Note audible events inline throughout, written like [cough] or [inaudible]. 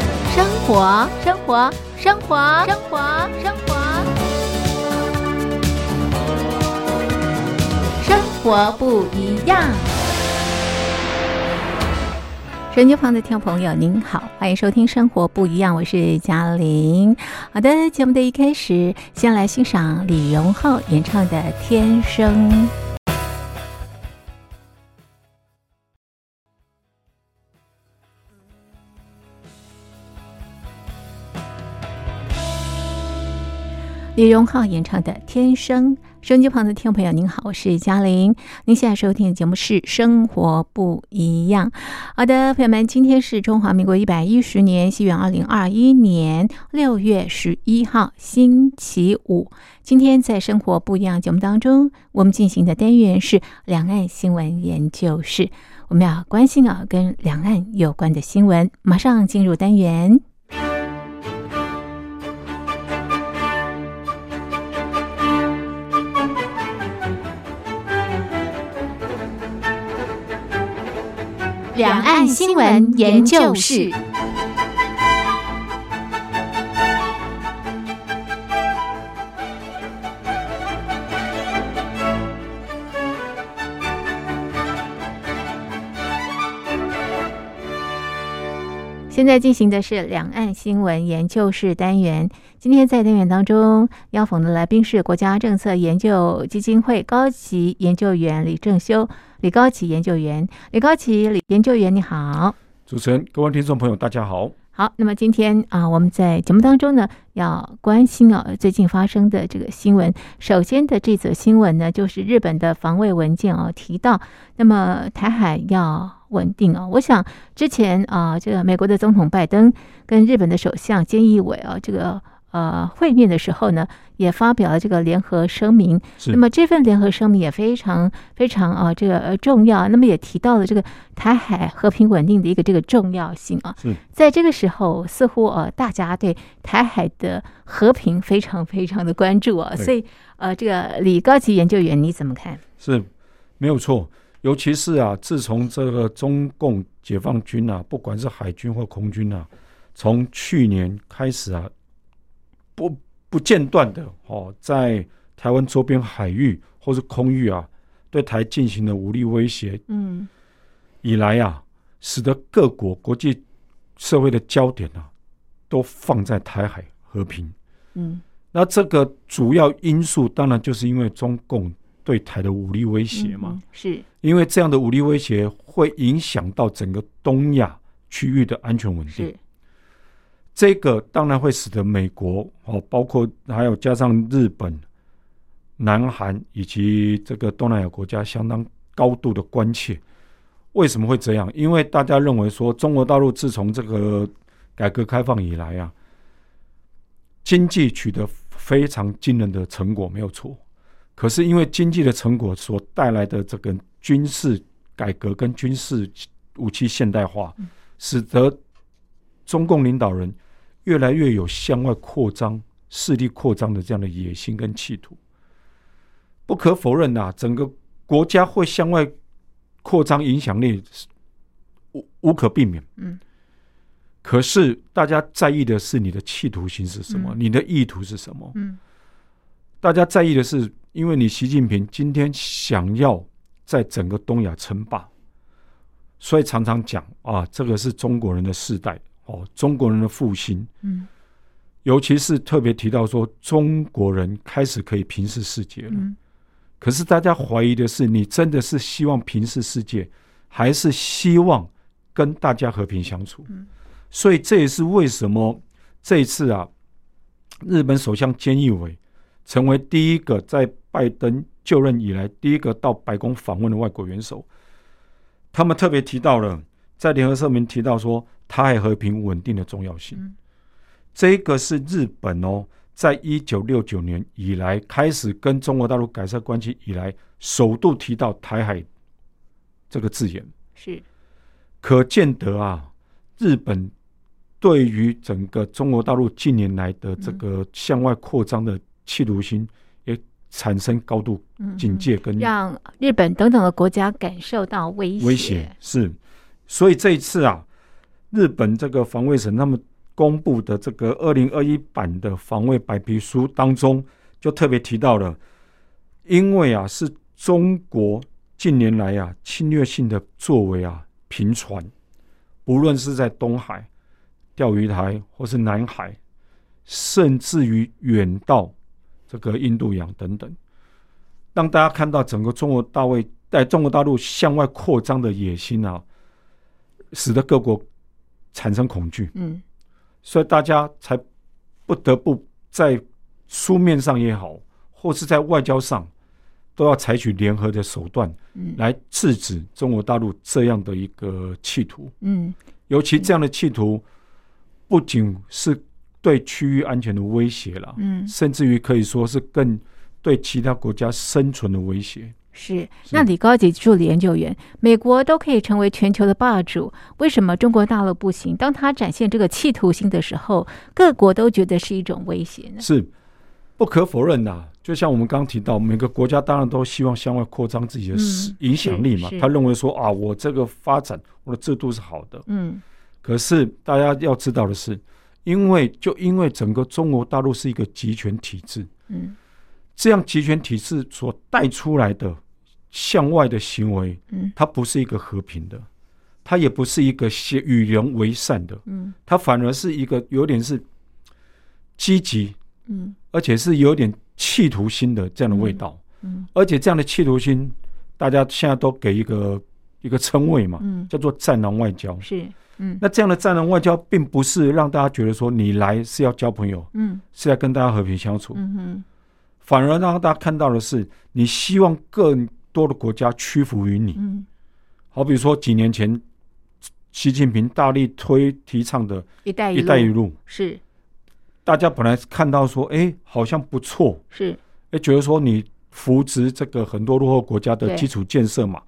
活，生活，生活，生活，生活，生活不一样。收音机旁的听众朋友，您好，欢迎收听《生活不一样》，我是嘉玲。好的，节目的一开始，先来欣赏李荣浩演唱的《天生》。李荣浩演唱的《天生》。收音机旁的听众朋友，您好，我是嘉玲。您现在收听的节目是《生活不一样》。好的，朋友们，今天是中华民国一百一十年，西元二零二一年六月十一号，星期五。今天在《生活不一样》节目当中，我们进行的单元是两岸新闻研究室，我们要关心啊跟两岸有关的新闻。马上进入单元。两岸新闻研究室。现在进行的是两岸新闻研究室单元。今天在单元当中邀访的来宾是国家政策研究基金会高级研究员李正修，李高级研究员，李高级李研究员你好。主持人、各位听众朋友，大家好。好，那么今天啊，我们在节目当中呢，要关心啊最近发生的这个新闻。首先的这则新闻呢，就是日本的防卫文件啊提到，那么台海要稳定啊。我想之前啊，这个美国的总统拜登跟日本的首相菅义伟啊，这个呃会面的时候呢，也发表了这个联合声明。是那么这份联合声明也非常非常啊，这个呃重要。那么也提到了这个台海和平稳定的一个这个重要性啊。是在这个时候，似乎呃大家对台海的和平非常非常的关注啊，对所以呃这个李高级研究员你怎么看？是，没有错。尤其是啊，自从这个中共解放军啊，不管是海军或空军啊，从去年开始啊，不不间断的哦，在台湾周边海域或是空域啊，对台进行了武力威胁嗯以来啊，使得各国国际社会的焦点啊，都放在台海和平。嗯那这个主要因素当然就是因为中共对台的武力威胁嘛，嗯是因为这样的武力威胁会影响到整个东亚区域的安全稳定是。这个当然会使得美国哦，包括还有加上日本、南韩以及这个东南亚国家相当高度的关切。为什么会这样？因为大家认为说，中国大陆自从这个改革开放以来啊，经济取得非常惊人的成果，没有错。可是因为经济的成果所带来的这个军事改革跟军事武器现代化，使得中共领导人越来越有向外扩张、势力扩张的这样的野心跟企图。不可否认呐、整个国家会向外扩张影响力是无无可避免。嗯，可是大家在意的是你的企图心是什么，嗯你的意图是什么。嗯大家在意的是，因为你习近平今天想要在整个东亚称霸，所以常常讲啊，这个是中国人的世代哦，中国人的复兴，嗯尤其是特别提到说中国人开始可以平视世界了。嗯可是大家怀疑的是，你真的是希望平视世界，还是希望跟大家和平相处？嗯所以这也是为什么这一次啊，日本首相菅义伟成为第一个在拜登就任以来第一个到白宫访问的外国元首。他们特别提到了在联合声明提到说台海和平稳定的重要性。嗯这个是日本哦，在一九六九年以来开始跟中国大陆改善关系以来，首度提到台海这个字眼。是可见得啊，日本对于整个中国大陆近年来的这嗯个向外扩张的企图心，也产生高度嗯警戒跟让日本等等的国家感受到威胁。威胁。是，所以这一次啊，日本这个防卫省他们公布的这个二零二一版的防卫白皮书当中，就特别提到了，因为啊是中国近年来啊侵略性的作为啊频传，不论是在东海、钓鱼台或是南海，甚至于远到这个印度洋等等，让大家看到整个中国大卫在中国大陆向外扩张的野心啊，使得各国产生恐惧。嗯所以大家才不得不在书面上也好，或是在外交上，都要采取联合的手段嗯来制止中国大陆这样的一个企图。嗯尤其这样的企图，不仅是对区域安全的威胁啦，嗯，甚至于可以说是更对其他国家生存的威胁。是。那李高杰助理研究员，美国都可以成为全球的霸主，为什么中国大陆不行？当他展现这个企图心的时候，各国都觉得是一种威胁呢？是不可否认呐、就像我们刚提到，每个国家当然都希望向外扩张自己的嗯势影响力嘛是。是他认为说啊，我这个发展，我的制度是好的。嗯可是大家要知道的是，因为就因为整个中国大陆是一个集权体制，嗯这样集权体制所带出来的向外的行为，嗯它不是一个和平的，它也不是一个协与人为善的，嗯它反而是一个有点是积极嗯而且是有点企图心的这样的味道。嗯而且这样的企图心，大家现在都给一个一个称谓嘛，嗯，叫做“战狼外交”。是。嗯那这样的战狼外交，并不是让大家觉得说你来是要交朋友，嗯是要跟大家和平相处，嗯哼反而让大家看到的是，你希望更多的国家屈服于你。嗯，好比说几年前，习近平大力推提倡的一带“一一带一路路是”，大家本来看到说，哎，好像不错，是哎，觉得说你扶植这个很多落后国家的对基础建设嘛，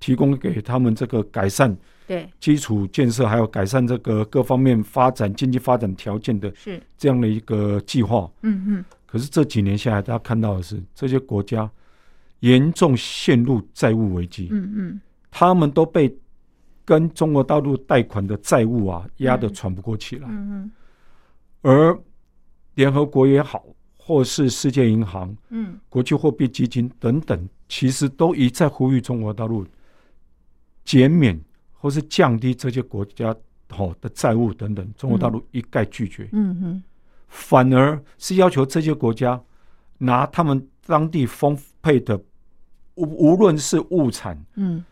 提供给他们这个改善对基础建设，还有改善这个各方面发展经济发展条件的是这样的一个计划。嗯嗯可是这几年下来，大家看到的是这些国家严重陷入债务危机，嗯嗯他们都被跟中国大陆贷款的债务啊压得喘不过气来，嗯而联合国也好，或是世界银行。嗯嗯国际货币基金等等，其实都一再呼吁中国大陆减免或是降低这些国家好的债务等等，中国大陆一概拒绝，嗯嗯反而是要求这些国家拿他们当地丰沛的无无论是物产嗯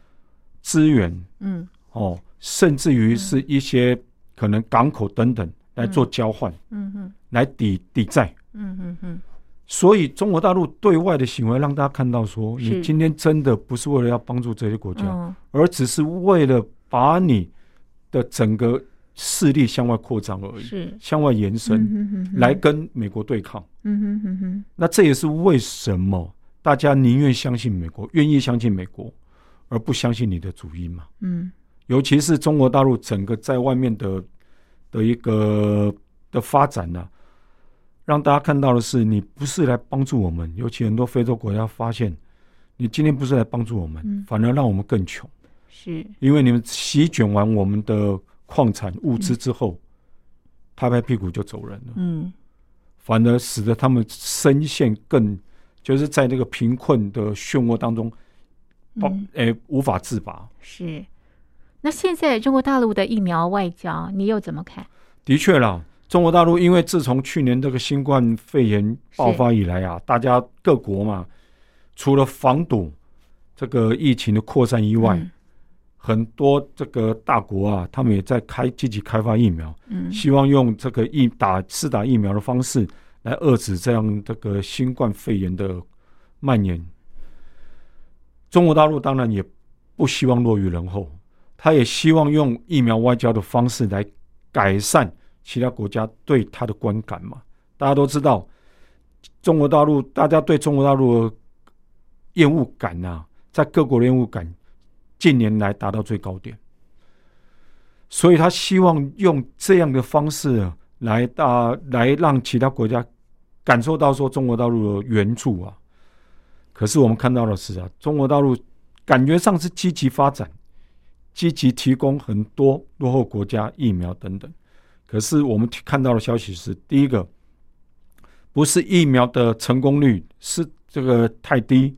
资源嗯哦，甚至于是一些可能港口等等来做嗯交换，嗯来抵抵债。嗯嗯所以中国大陆对外的行为，让大家看到说，是你今天真的不是为了要帮助这些国家，嗯，而只是为了把你的整个势力向外扩张而已，是嗯向外延伸，来跟美国对抗。嗯嗯嗯嗯那这也是为什么大家宁愿相信美国，愿意相信美国，而不相信你的主因嘛？嗯尤其是中国大陆整个在外面的的一个的发展呢、让大家看到的是，你不是来帮助我们，尤其很多非洲国家发现，你今天不是来帮助我们，嗯反而让我们更穷，是因为你们席卷完我们的矿产物资之后，拍拍屁股就走人了，嗯反而使得他们深陷更就是在那个贫困的漩涡当中，不、嗯诶无法自拔。是。那现在中国大陆的疫苗外交，你又怎么看？的确啦，中国大陆因为自从去年这个新冠肺炎爆发以来啊，大家各国嘛，除了防堵这个疫情的扩散以嗯外，很多这个大国啊，他们也在开积极开发疫苗，嗯希望用这个疫打试打疫苗的方式来遏制这样这个新冠肺炎的蔓延。中国大陆当然也不希望落于人后，他也希望用疫苗外交的方式来改善其他国家对他的观感嘛。大家都知道，中国大陆大家对中国大陆的厌恶感啊，在各国的厌恶感近年来达到最高点。所以他希望用这样的方式啊来大、来让其他国家感受到说中国大陆的援助啊。可是我们看到的是啊，中国大陆感觉上是积极发展，积极提供很多落后国家疫苗等等，可是我们看到的消息是，第一个不是疫苗的成功率是这个太低，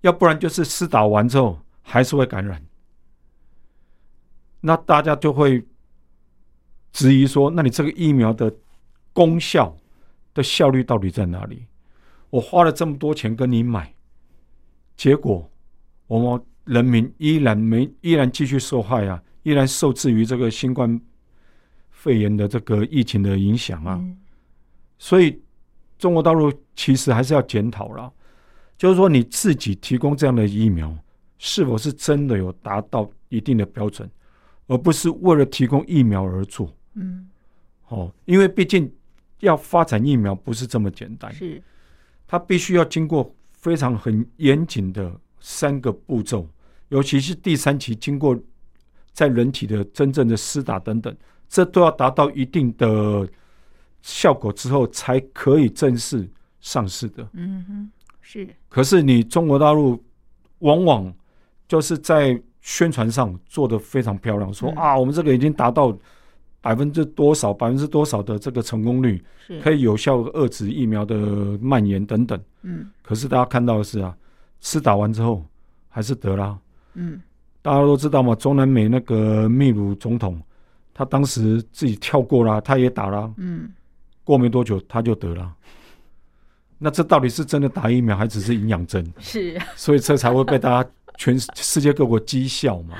要不然就是施打完之后还是会感染。那大家就会质疑说，那你这个疫苗的功效的效率到底在哪里？我花了这么多钱跟你买，结果我们人民依然没依然继续受害啊，依然受制于这个新冠肺炎的这个疫情的影响啊。嗯所以中国大陆其实还是要检讨了，就是说你自己提供这样的疫苗，是否是真的有达到一定的标准，而不是为了提供疫苗而做嗯，哦。因为毕竟要发展疫苗不是这么简单，是它必须要经过非常很严谨的三个步骤，尤其是第三期经过在人体的真正的施打等等，这都要达到一定的效果之后，才可以正式上市的。嗯哼，是可是你中国大陆往往就是在宣传上做得非常漂亮，说、嗯啊，我们这个已经达到百分之多少、百分之多少的这个成功率，是，可以以有效地遏制疫苗的蔓延等等。嗯可是大家看到的是啊，施打完之后还是得啦。嗯大家都知道嘛，中南美那个秘鲁总统，他当时自己跳过啦，他也打啦，嗯过没多久他就得啦。那这到底是真的打疫苗，还只是营养针？是。所以这才会被大家全世界各国讥笑嘛。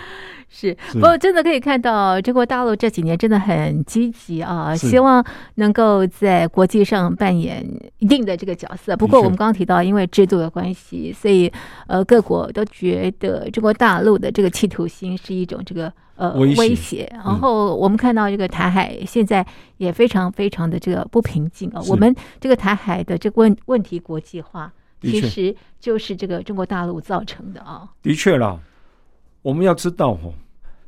是，是不过真的可以看到，中国大陆这几年真的很积极啊，是希望能够在国际上扮演一定的这个角色。不过的确我们刚刚提到，因为制度的关系，所以呃，各国都觉得中国大陆的这个企图心是一种这个呃威胁嗯威胁。然后我们看到这个台海现在也非常非常的这个不平静啊，是我们这个台海的这个问问题国际化。的其确实就是这个中国大陆造成的啊，的确啦，我们要知道哦，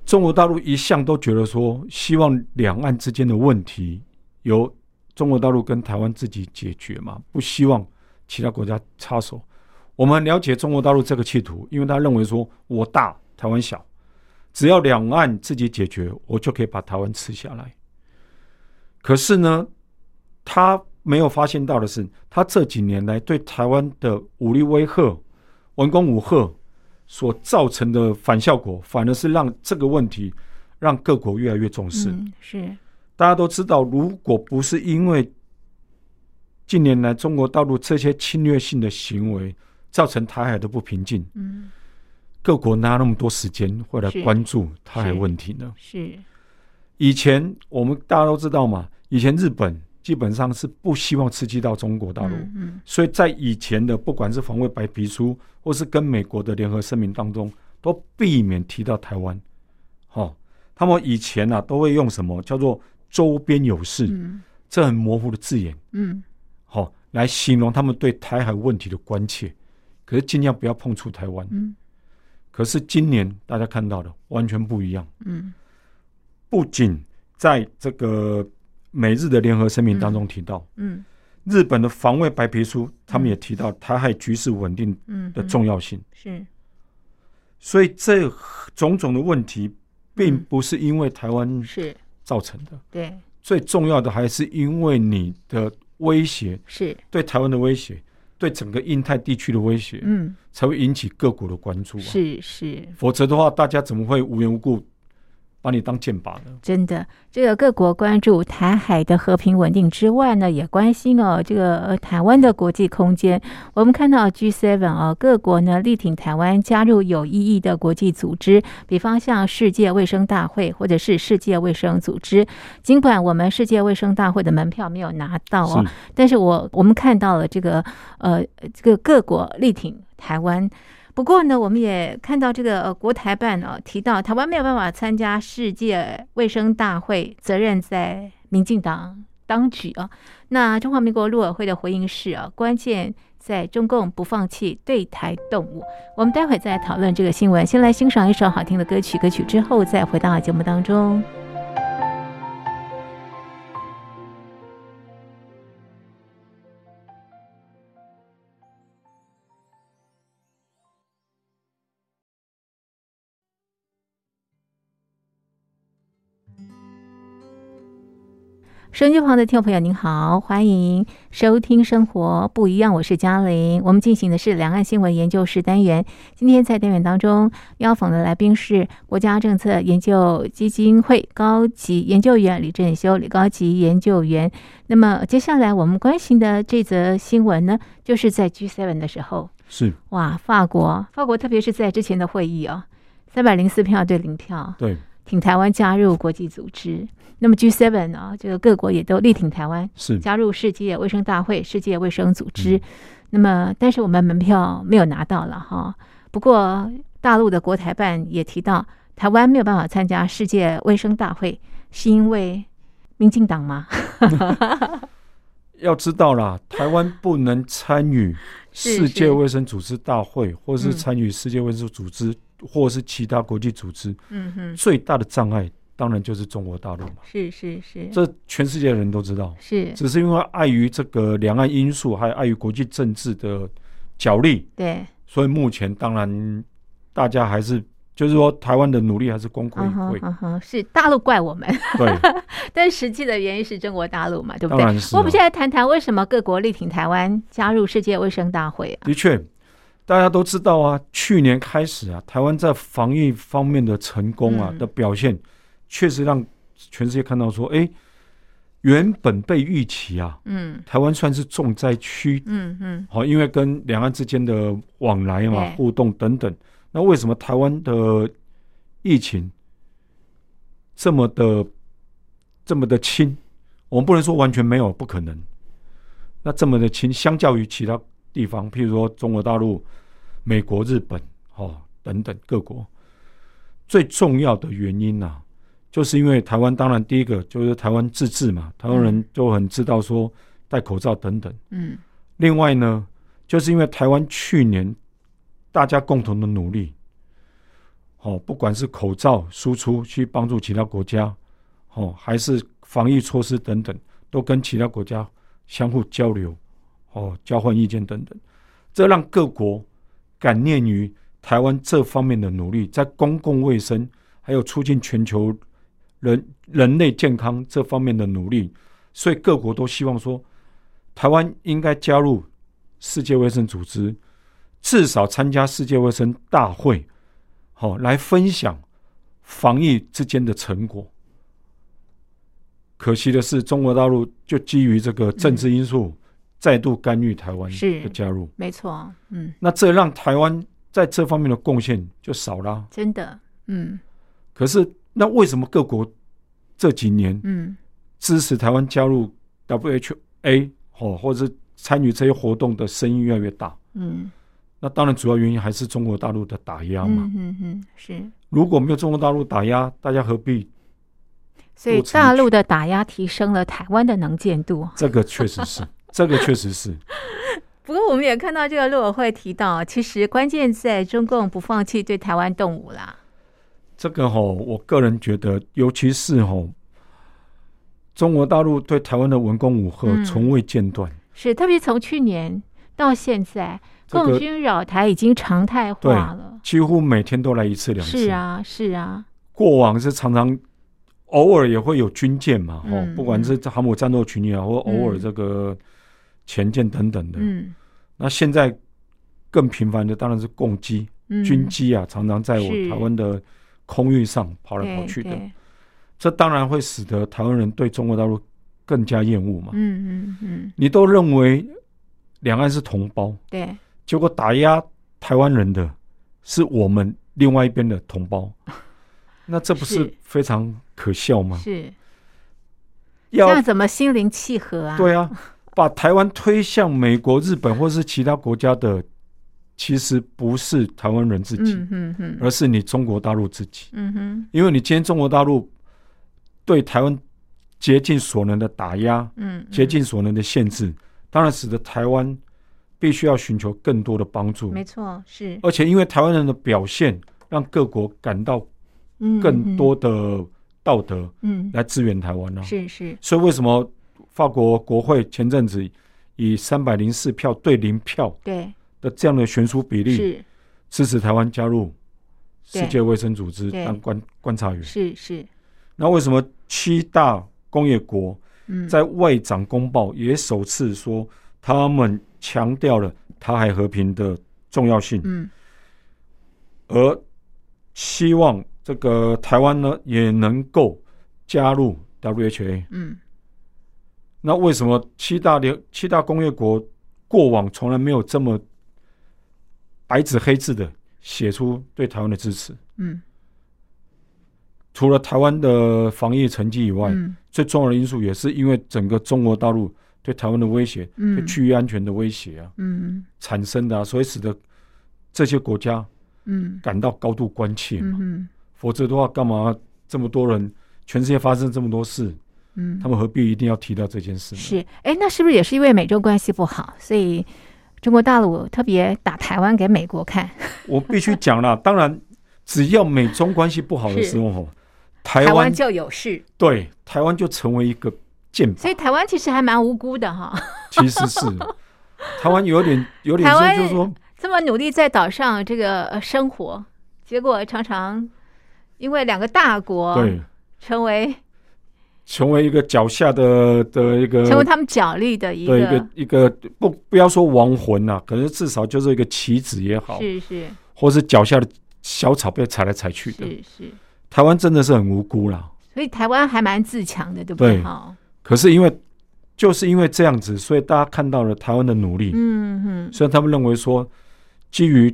中国大陆一向都觉得说，希望两岸之间的问题由中国大陆跟台湾自己解决嘛，不希望其他国家插手。我们很了解中国大陆这个企图，因为他认为说我大，台湾小，只要两岸自己解决，我就可以把台湾吃下来。可是呢，他没有发现到的是，他这几年来对台湾的武力威吓、文攻武吓所造成的反效果，反而是让这个问题让各国越来越重视。嗯、是，大家都知道，如果不是因为近年来中国大陆这些侵略性的行为造成台海的不平静，嗯各国哪有那么多时间会来是关注台海问题呢？是，以前我们大家都知道嘛，以前日本基本上是不希望刺激到中国大陆，嗯嗯所以在以前的不管是防卫白皮书，或是跟美国的联合声明当中，都避免提到台湾。哦，他们以前啊都会用什么叫做周边有事，嗯这很模糊的字眼，嗯好、哦、来形容他们对台海问题的关切。可是尽量不要碰触台湾。嗯可是今年大家看到的完全不一样，嗯不仅在这个美日的联合声明当中提到，嗯日本的防卫白皮书，他们也提到台海局势稳定嗯的重要性。是，所以这种种的问题，并不是因为台湾是，造成的，对，最重要的还是因为你的威胁是，对台湾的威胁，对整个印太地区的威胁，嗯，才会引起各国的关注啊。是是。否则的话，大家怎么会无缘无故把你当箭靶呢？真的，这个各国关注台海的和平稳定之外呢，也关心哦这个呃台湾的国际空间。我们看到 G7 哦，各国呢力挺台湾加入有意义的国际组织，比方像世界卫生大会或者是世界卫生组织。尽管我们世界卫生大会的门票没有拿到哦，是但是我我们看到了这个呃这个各国力挺台湾。不过呢，我们也看到这个呃国台办哦提到，台湾没有办法参加世界卫生大会，责任在民进党当局啊。那中华民国陆委会的回应是啊，关键在中共不放弃对台动武。我们待会再讨论这个新闻，先来欣赏一首好听的歌曲，歌曲之后再回到节目当中。收音机旁的听众朋友，您好，欢迎收听《生活不一样》，我是嘉玲。我们进行的是两岸新闻研究室单元。今天在单元当中邀访的来宾是国家政策研究基金会高级研究员李振修，李高级研究员。那么接下来我们关心的这则新闻呢，就是在 G7 的时候，是哇，法国，法国特别是在之前的会议哦，三百零四票对零票，对，挺台湾加入国际组织。那么 G7 啊，这个各国也都力挺台湾是加入世界卫生大会、世界卫生组织。那么，但是我们门票没有拿到了哈。不过，大陆的国台办也提到，台湾没有办法参加世界卫生大会，是因为民进党吗？要知道 [laughs] 啦，台湾不能参与是世界是卫生组织大会，或是嗯参与世界卫生组织，或是其他国际组织。嗯哼，最大的障碍当然就是中国大陆嘛，是是是，这全世界的人都知道。是只是因为碍于这个两岸因素，还有碍于国际政治的角力，对，所以目前当然大家还是就是说台湾的努力还是功亏一嗯哼篑。嗯哼，是大陆怪我们， [laughs] 对，但实际的原因是中国大陆嘛，对不当对？然是、我啊们。现在谈谈为什么各国力挺台湾加入世界卫生大会啊？的确，大家都知道啊，去年开始啊，台湾在防疫方面的成功啊、嗯的表现，确实让全世界看到说，哎、原本被预期啊，嗯台湾算是重灾区，嗯嗯，好、因为跟两岸之间的往来嘛、对互动等等，那为什么台湾的疫情这么的这么的轻？我们不能说完全没有，不可能。那这么的轻，相较于其他地方，譬如说中国大陆、美国、日本，哦等等各国，最重要的原因呢、就是因为台湾，当然第一个就是台湾自治嘛，台湾人就很知道说戴口罩等等。嗯另外呢，就是因为台湾去年大家共同的努力，哦，不管是口罩输出去帮助其他国家，哦，还是防疫措施等等，都跟其他国家相互交流，哦，交换意见等等，这让各国感念于台湾这方面的努力，在公共卫生还有促进全球人人类健康这方面的努力，所以各国都希望说，台湾应该加入世界卫生组织，至少参加世界卫生大会，好、来分享防疫之间的成果。可惜的是，中国大陆就基于这个政治因素，再度干预台湾是的加入。没错，嗯，那这让台湾在这方面的贡献就少啦。真的，嗯可是，那为什么各国这几年嗯支持台湾加入 WHA 哦，或者是参与这些活动的声音越来越大？嗯那当然，主要原因还是中国大陆的打压嘛。嗯嗯嗯，是。如果没有中国大陆打压，大家何必？所以多层大陆的打压提升了台湾的能见度。这个确 [laughs] 实是，这个确实是，不过我们也看到这个陆委会提到，其实关键在中共不放弃对台湾动武啦。这个吼、我个人觉得，尤其是吼、中国大陆对台湾的文攻武吓嗯从未间断。是，特别从去年到现在，这共个军扰台已经常态化了。几乎每天都来一次两次。是，啊，是啊，过往是常常偶尔也会有军舰嘛，哦，嗯不管是航母战斗群也好，或嗯偶尔这个前舰等等的。嗯那现在更频繁的当然是共机、嗯，军机啊，常常在我是台湾的空域上跑来跑对去的。对这当然会使得台湾人对中国大陆更加厌恶嘛。嗯嗯嗯，你都认为两岸是同胞，对，结果打压台湾人的是我们另外一边的同胞， [laughs] 那这不是是非常可笑吗？是这要样怎么心灵契合啊？对啊，把台湾推向美国、日本或是其他国家的，其实不是台湾人自己，嗯嗯嗯而是你中国大陆自己，嗯哼因为你今天中国大陆对台湾竭尽所能的打压、嗯，竭嗯尽所能的限制，当然使得台湾必须要寻求更多的帮助。没错，是 [laughs] 而且因为台湾人的表现，让各国感到更多的道德嗯，嗯来支援台湾呢、啊是是，所以为什么法国国会前阵子以三百零四票对零票对，的这样的悬殊比例是支持台湾加入对世界卫生组织对当观观察员？是是，那为什么七大工业国嗯，在外长公报也首次说，他们强调了台海和平的重要性，嗯而希望这个台湾呢也能够加入 WHA。嗯那为什么七大联七大工业国过往从来没有这么白纸黑字的写出对台湾的支持？嗯除了台湾的防疫成绩以外，嗯最重要的因素也是因为整个中国大陆对台湾的威胁、对嗯区域安全的威胁啊嗯产生的啊，所以使得这些国家嗯感到高度关切嘛。嗯否则的话，干嘛这么多人，全世界发生这么多事，嗯他，们何必一定要提到这 [laughs] 件事呢？是，哎，那是不是也是因为美中关系不好，所以中国大陆特别打台湾给美国看？我必须讲啦，当然，只要美中关系不好的时候，吼台台湾湾就有事，对台湾就成为一个箭靶所，以台湾其实还蛮无辜的哈。其实 [laughs] 是台湾有点有点台湾像，就是说这么努力在岛上这个呃生活，结果常常因为两个大国对，成为成为一个脚下的的一个成为他们角力的一呃对一个个一个不不要说亡魂呐、可是至少就是一个棋子也好，是是或是脚下的小草被踩来踩去的。是是，台湾真的是很无辜啦，所以台湾还蛮自强的，对不对？对哈，可是因为就是因为这样子，所以大家看到了台湾的努力。嗯哼，虽然他们认为说，基于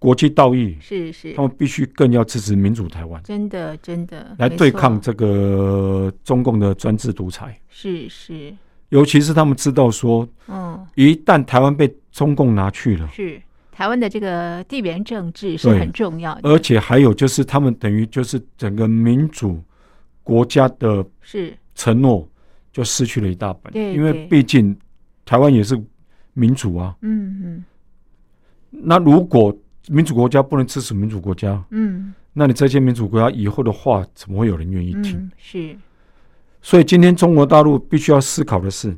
国际道义，是是他，们必须更要支持民主台湾，真的真的来没对错抗这个中共的专制独裁。是是，尤其是他们知道说，嗯。一旦台湾被中共拿去了，是台湾的这个地缘政治是对很重要的，而且还有就是他们等于就是整个民主国家的是承诺就失去了一大半，对因为对毕竟台湾也是民主啊。嗯那如果民主国家不能支持民主国家，嗯那你这些民主国家以后的话，怎么会有人愿意嗯听？嗯，是所以今天中国大陆必须要思考的是，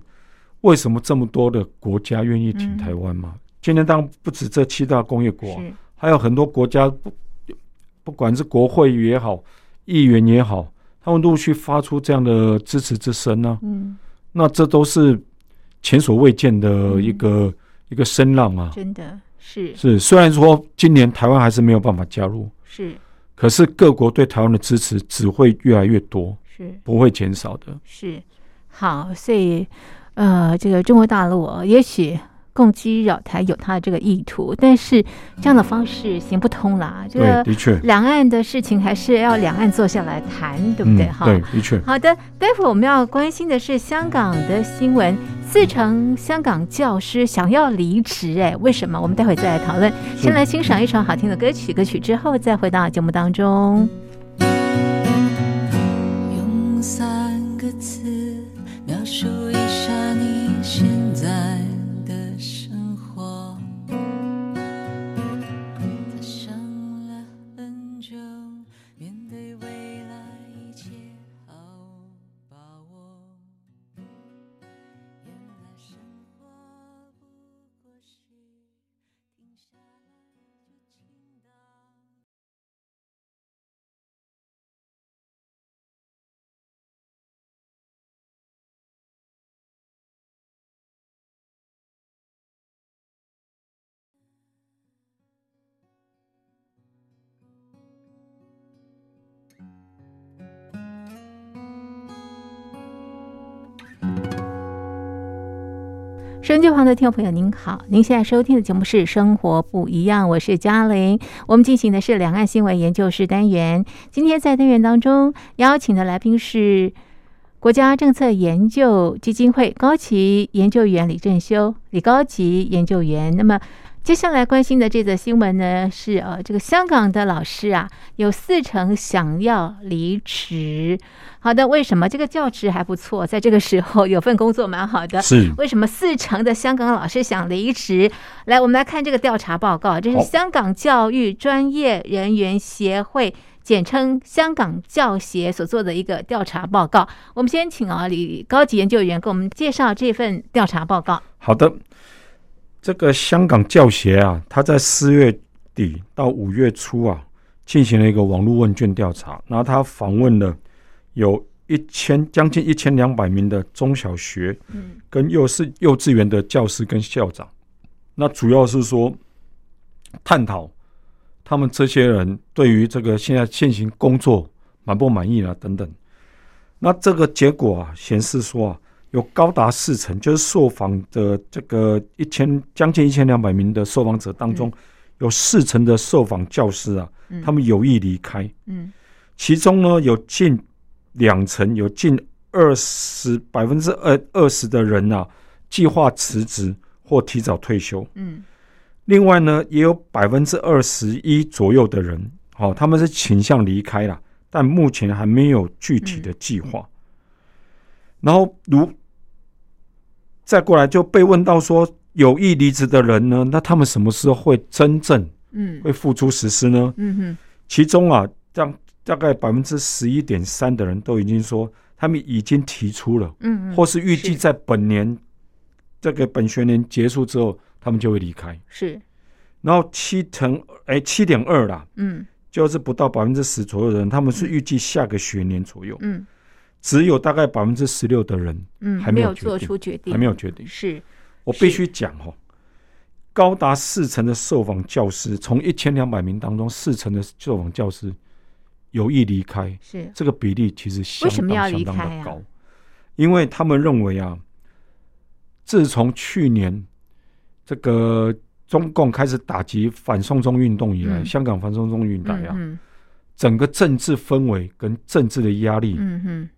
为什么这么多的国家愿意挺台湾嘛？今天当然不止这七大工业国啊，嗯是，还有很多国家不不管是国会也好，议员也好，他们陆续发出这样的支持之声呢、嗯，那这都是前所未见的一个、嗯一个声浪啊。真的是是，虽然说今年台湾还是没有办法加入，是可是各国对台湾的支持只会越来越多，是不会减少的。是，好，所以呃，这个中国大陆也许。共击扰台有他的这个意图，但是这样的方式行不通啦。这对，个的确，两岸的事情还是要两岸坐下来谈，对不对？哈、嗯对，的确。好的，待会儿我们要关心的是香港的新闻，四成香港教师想要离职，哎，为什么？我们待会儿再来讨论。先来欣赏一首好听的歌曲，歌曲之后再回到节目当中。用三个字描述一下你现在的生活。他想了很久，面对未来一切好把握。原来生活不过是停下来就倾倒。收音机旁的听众朋友，您好，您现在收听的节目是《生活不一样》，我是嘉玲。我们进行的是两岸新闻研究室单元。今天在单元当中邀请的来宾是国家政策研究基金会高级研究员李正修，李高级研究员。那么接下来关心的这则新闻呢，是呃，这个香港的老师啊，有四成想要离职。好的，为什么这个教职还不错？在这个时候有份工作蛮好的，是为什么四成的香港老师想离职？来，我们来看这个调查报告，这是好香港教育专业人员协会。简称香港教协所做的一个调查报告，我们先请啊李高级研究员给我们介绍这份调查报告。好的。这个香港教协啊，他在四月底到五月初啊，进行了一个网络问卷调查，然后他访问了有一千将近一千两百名的中小学嗯跟幼是幼稚园的教师跟校长，那主要是说探讨他们这些人对于这个现在现行工作满不满意啊等等。那这个结果啊，显示说啊，有高达四成，就是受访的这个一千将近一千两百名的受访者当中，有四成的受访教师啊，嗯他们有意离开。嗯其中呢，有近两成，有近二十百分之二二十的人啊，计划辞职或提早退休。嗯另外呢，也有百分之二十一左右的人，好、他们是倾向离开啦，但目前还没有具体的计划。然后如再过来就被问到说，有意离职的人呢，那他们什么时候会真正嗯会付诸实施呢？嗯哼其中啊，大大概百分之十一点三的人都已经说，他们已经提出了，嗯嗯，或是预计是在本年这个本学年结束之后，他们就会离开。是然后七成哎七点二啦，嗯就是不到百分之十左右的人，他们是预计下个学年左右，嗯只有大概百分之十六的人嗯，还没有有决做定出决定，还没有决定。嗯是我必须讲哦，高达四成的受访教师，从一千两百名当中，四成的受访教师有意离开，是这个比例其实相为什么要当离相开啊当的高，因为他们认为啊，自从去年这个中共开始打击反送中运动以来，嗯香港反送中运动嗯呀、嗯整个政治氛围跟政治的压力，嗯哼，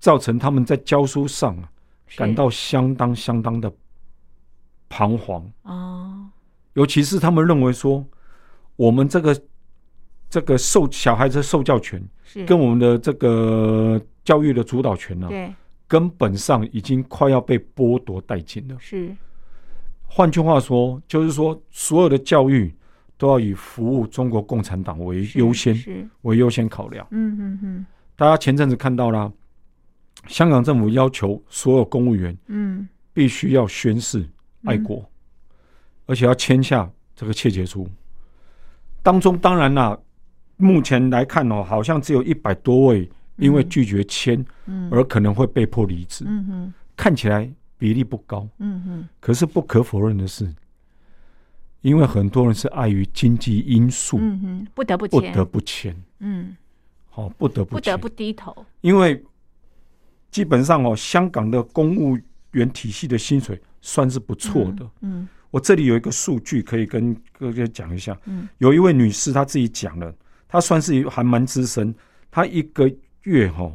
造成他们在教书上啊是感到相当相当的彷徨，哦尤其是他们认为说，我们这个这个受小孩子的受教权是跟我们的这个教育的主导权啊呢、对根本上已经快要被剥夺殆尽了。是换句话说，就是说所有的教育都要以服务中国共产党为是优先是为优先考量。嗯嗯嗯大家前阵子看到啦，香港政府要求所有公务员嗯必须要宣誓爱国，而且要签下这个切结书。当中当然啦、目前来看哦，好像只有一百多位因为嗯拒绝签嗯而可能会被迫离职，嗯哼看起来比例不高。嗯哼可是不可否认的是，因为很多人是碍于经济因素，嗯哼，不得不不签，得不签，嗯哦，不得不不签，得不低头，因为基本上哦，香港的公务员体系的薪水算是不错的。嗯我这里有一个数据可以跟各位讲一下，嗯有一位女士她自己讲了，她算是还蛮资深，她一个月哈、哦、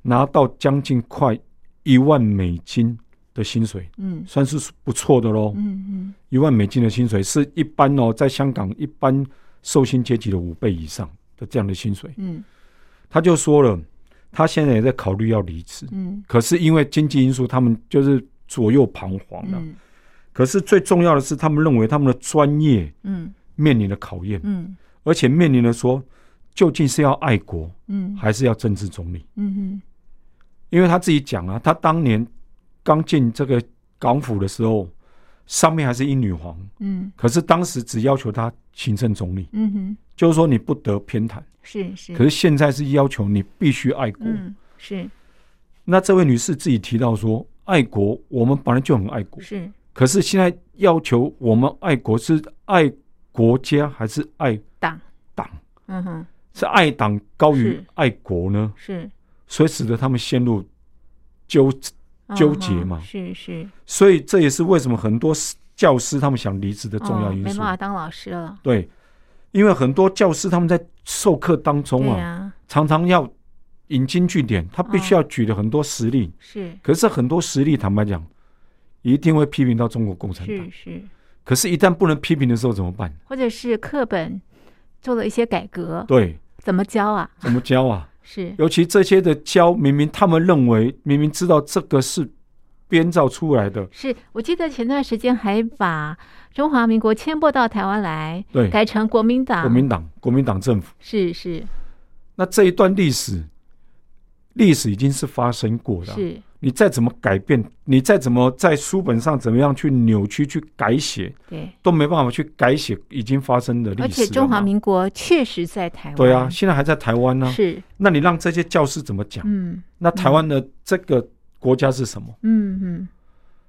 拿到将近快一万美金的薪水，嗯算是不错的喽。嗯嗯一万美金的薪水是一般哦，在香港一般受薪阶级的五倍以上的这样的薪水。嗯他就说了，他现在也在考虑要离职，嗯可是因为经济因素，他们就是左右彷徨了。嗯可是最重要的是，他们认为他们的专业嗯面临了考验，嗯而且面临了说，究竟是要爱国嗯还是要政治中立？嗯因为他自己讲啊，他当年刚进这个港府的时候，上面还是英女皇，嗯可是当时只要求他行政中立。嗯哼，就是说你不得偏袒。是是，可是现在是要求你必须爱国。嗯是那这位女士自己提到说，爱国我们本来就很爱国，是可是现在要求我们爱国是爱国家还是爱党，党？嗯哼是爱党高于是爱国呢？是所以使得他们陷入纠。纠嗯结哼嘛是是所以这也是为什么很多教师他们想离职的重要哦因没素。办法当老师了，对，因为很多教师他们在授课当中对啊，呀哦常常要引经据典，他必须要举了很多实例。是可是很多实例，坦白讲，一定会批评到中国共产是党。是，可是，一旦不能批评的时候怎么办？或者是课本做了一些改革，对，怎么教啊？怎么教 [laughs] 啊？是尤其这些的教，明明他们认为，明明知道这个是编造出来的，是，我记得前段时间还把中华民国迁播到台湾来，对，改成国民党，国民党、国民党政府，是是那这一段历史，历史已经是发生过的啊、是，你再怎么改变，你再怎么在书本上怎么样去扭曲、去改写，对，都没办法去改写已经发生的历史了而嘛。且中华民国确实在台湾，对啊，现在还在台湾呢、啊是，那你让这些教师怎么讲？嗯那台湾的这个国家是什么？嗯嗯，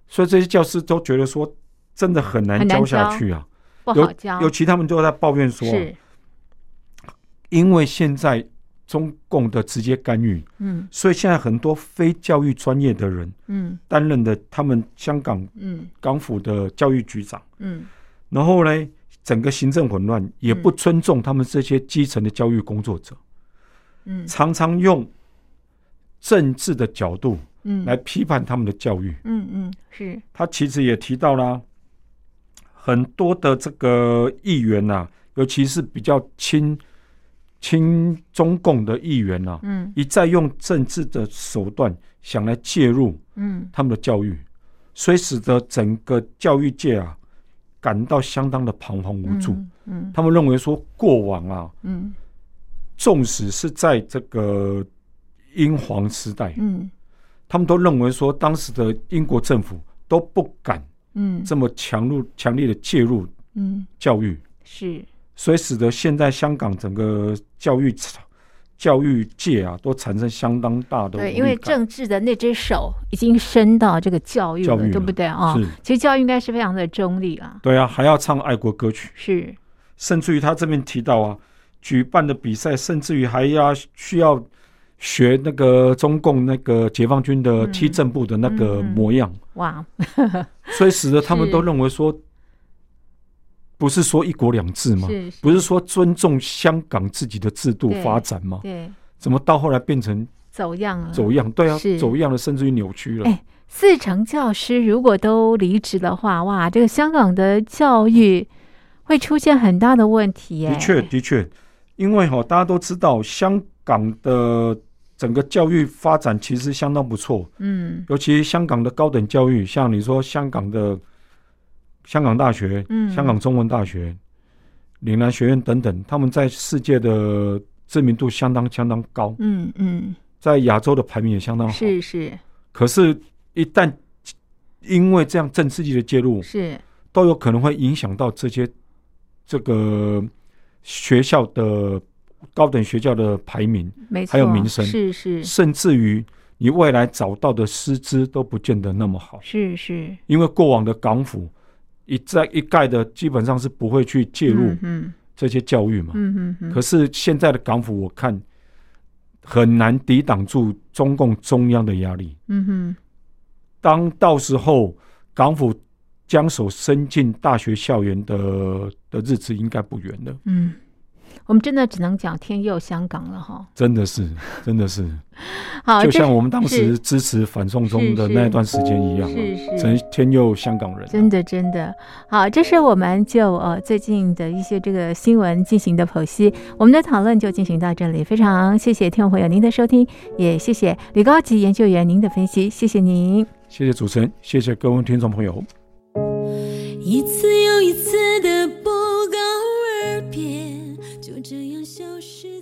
所以这些教师都觉得说，真的很难很难教下教去啊。不尤好教，尤其他们都在抱怨说啊、是，因为现在中共的直接干预，嗯所以现在很多非教育专业的人嗯担任的他们香港嗯港府的教育局长，嗯，然后呢，整个行政混乱，也不嗯尊重他们这些基层的教育工作者，嗯常常用政治的角度嗯，来，批判他们的教育。嗯嗯是，他其实也提到啦，很多的这个议员呐、尤其是比较亲亲中共的议员呐、啊嗯一再用政治的手段想来介入嗯他们的教育，所以使得整个教育界啊感到相当的彷徨无助。，嗯他们认为说，过往啊，嗯纵使是在这个英皇时代，嗯他们都认为说，当时的英国政府都不敢嗯这么强入强烈的介入嗯教育，是，所以使得现在香港整个教育教育界啊，都产生相当大的对，无因为力感政治的那只手已经伸到这个教育教了，育对了不对啊？是其实教育应该是非常的中立啊，对啊，还要唱爱国歌曲，是，甚至于他这边提到啊，举办的比赛，甚至于还要需要学那个中共那个解放军的嗯踢正步的那个嗯嗯嗯模样，哇，所以使得他们是都认为说，不是说一国两制吗？是，是不是说尊重香港自己的制度对发展吗？对，怎么到后来变成走样了，走样？对啊嗯是，走样了，甚至于扭曲了。哎四成教师如果都离职的话，哇，这个香港的教育会出现很大的问题耶。的确，，的确，因为哈、哦大家都知道香港的整个教育发展其实相当不错，嗯尤其香港的高等教育，像你说香港的香港大学、嗯香港中文大学、岭南学院等等，他们在世界的知名度相当相当高，嗯嗯，在亚洲的排名也相嗯当好。是是可是，一旦因为这样政治力的介入，是，都有可能会影响到这些这个学校的高等学校的排名，没错，还有民生是是甚至于你未来找到的师资都不见得那么好，是是因为过往的港府一再一概的基本上是不会去介入嗯这些教育嘛嗯。嗯嗯，可是是现在的港府，我看很难抵挡住中共中央的压力。嗯哼当到时候港府将手伸进大学校园的的日子，应该不远了。嗯，我们真的只能讲天佑香港了哈。真的是，真的是，好，就这像我们当时哦是支持反送中的是那一段时间一样、啊，是是真天佑香港人、真的，真的好，这是我们就呃最近的一些这个新闻进行的剖析，我们的讨论就进行到这里。非常谢谢听众朋友您的收听，也谢谢李高级研究员您的分析，谢谢您。谢谢主持人，谢谢各位听众朋友。一次又一次的不告而别，就这样消失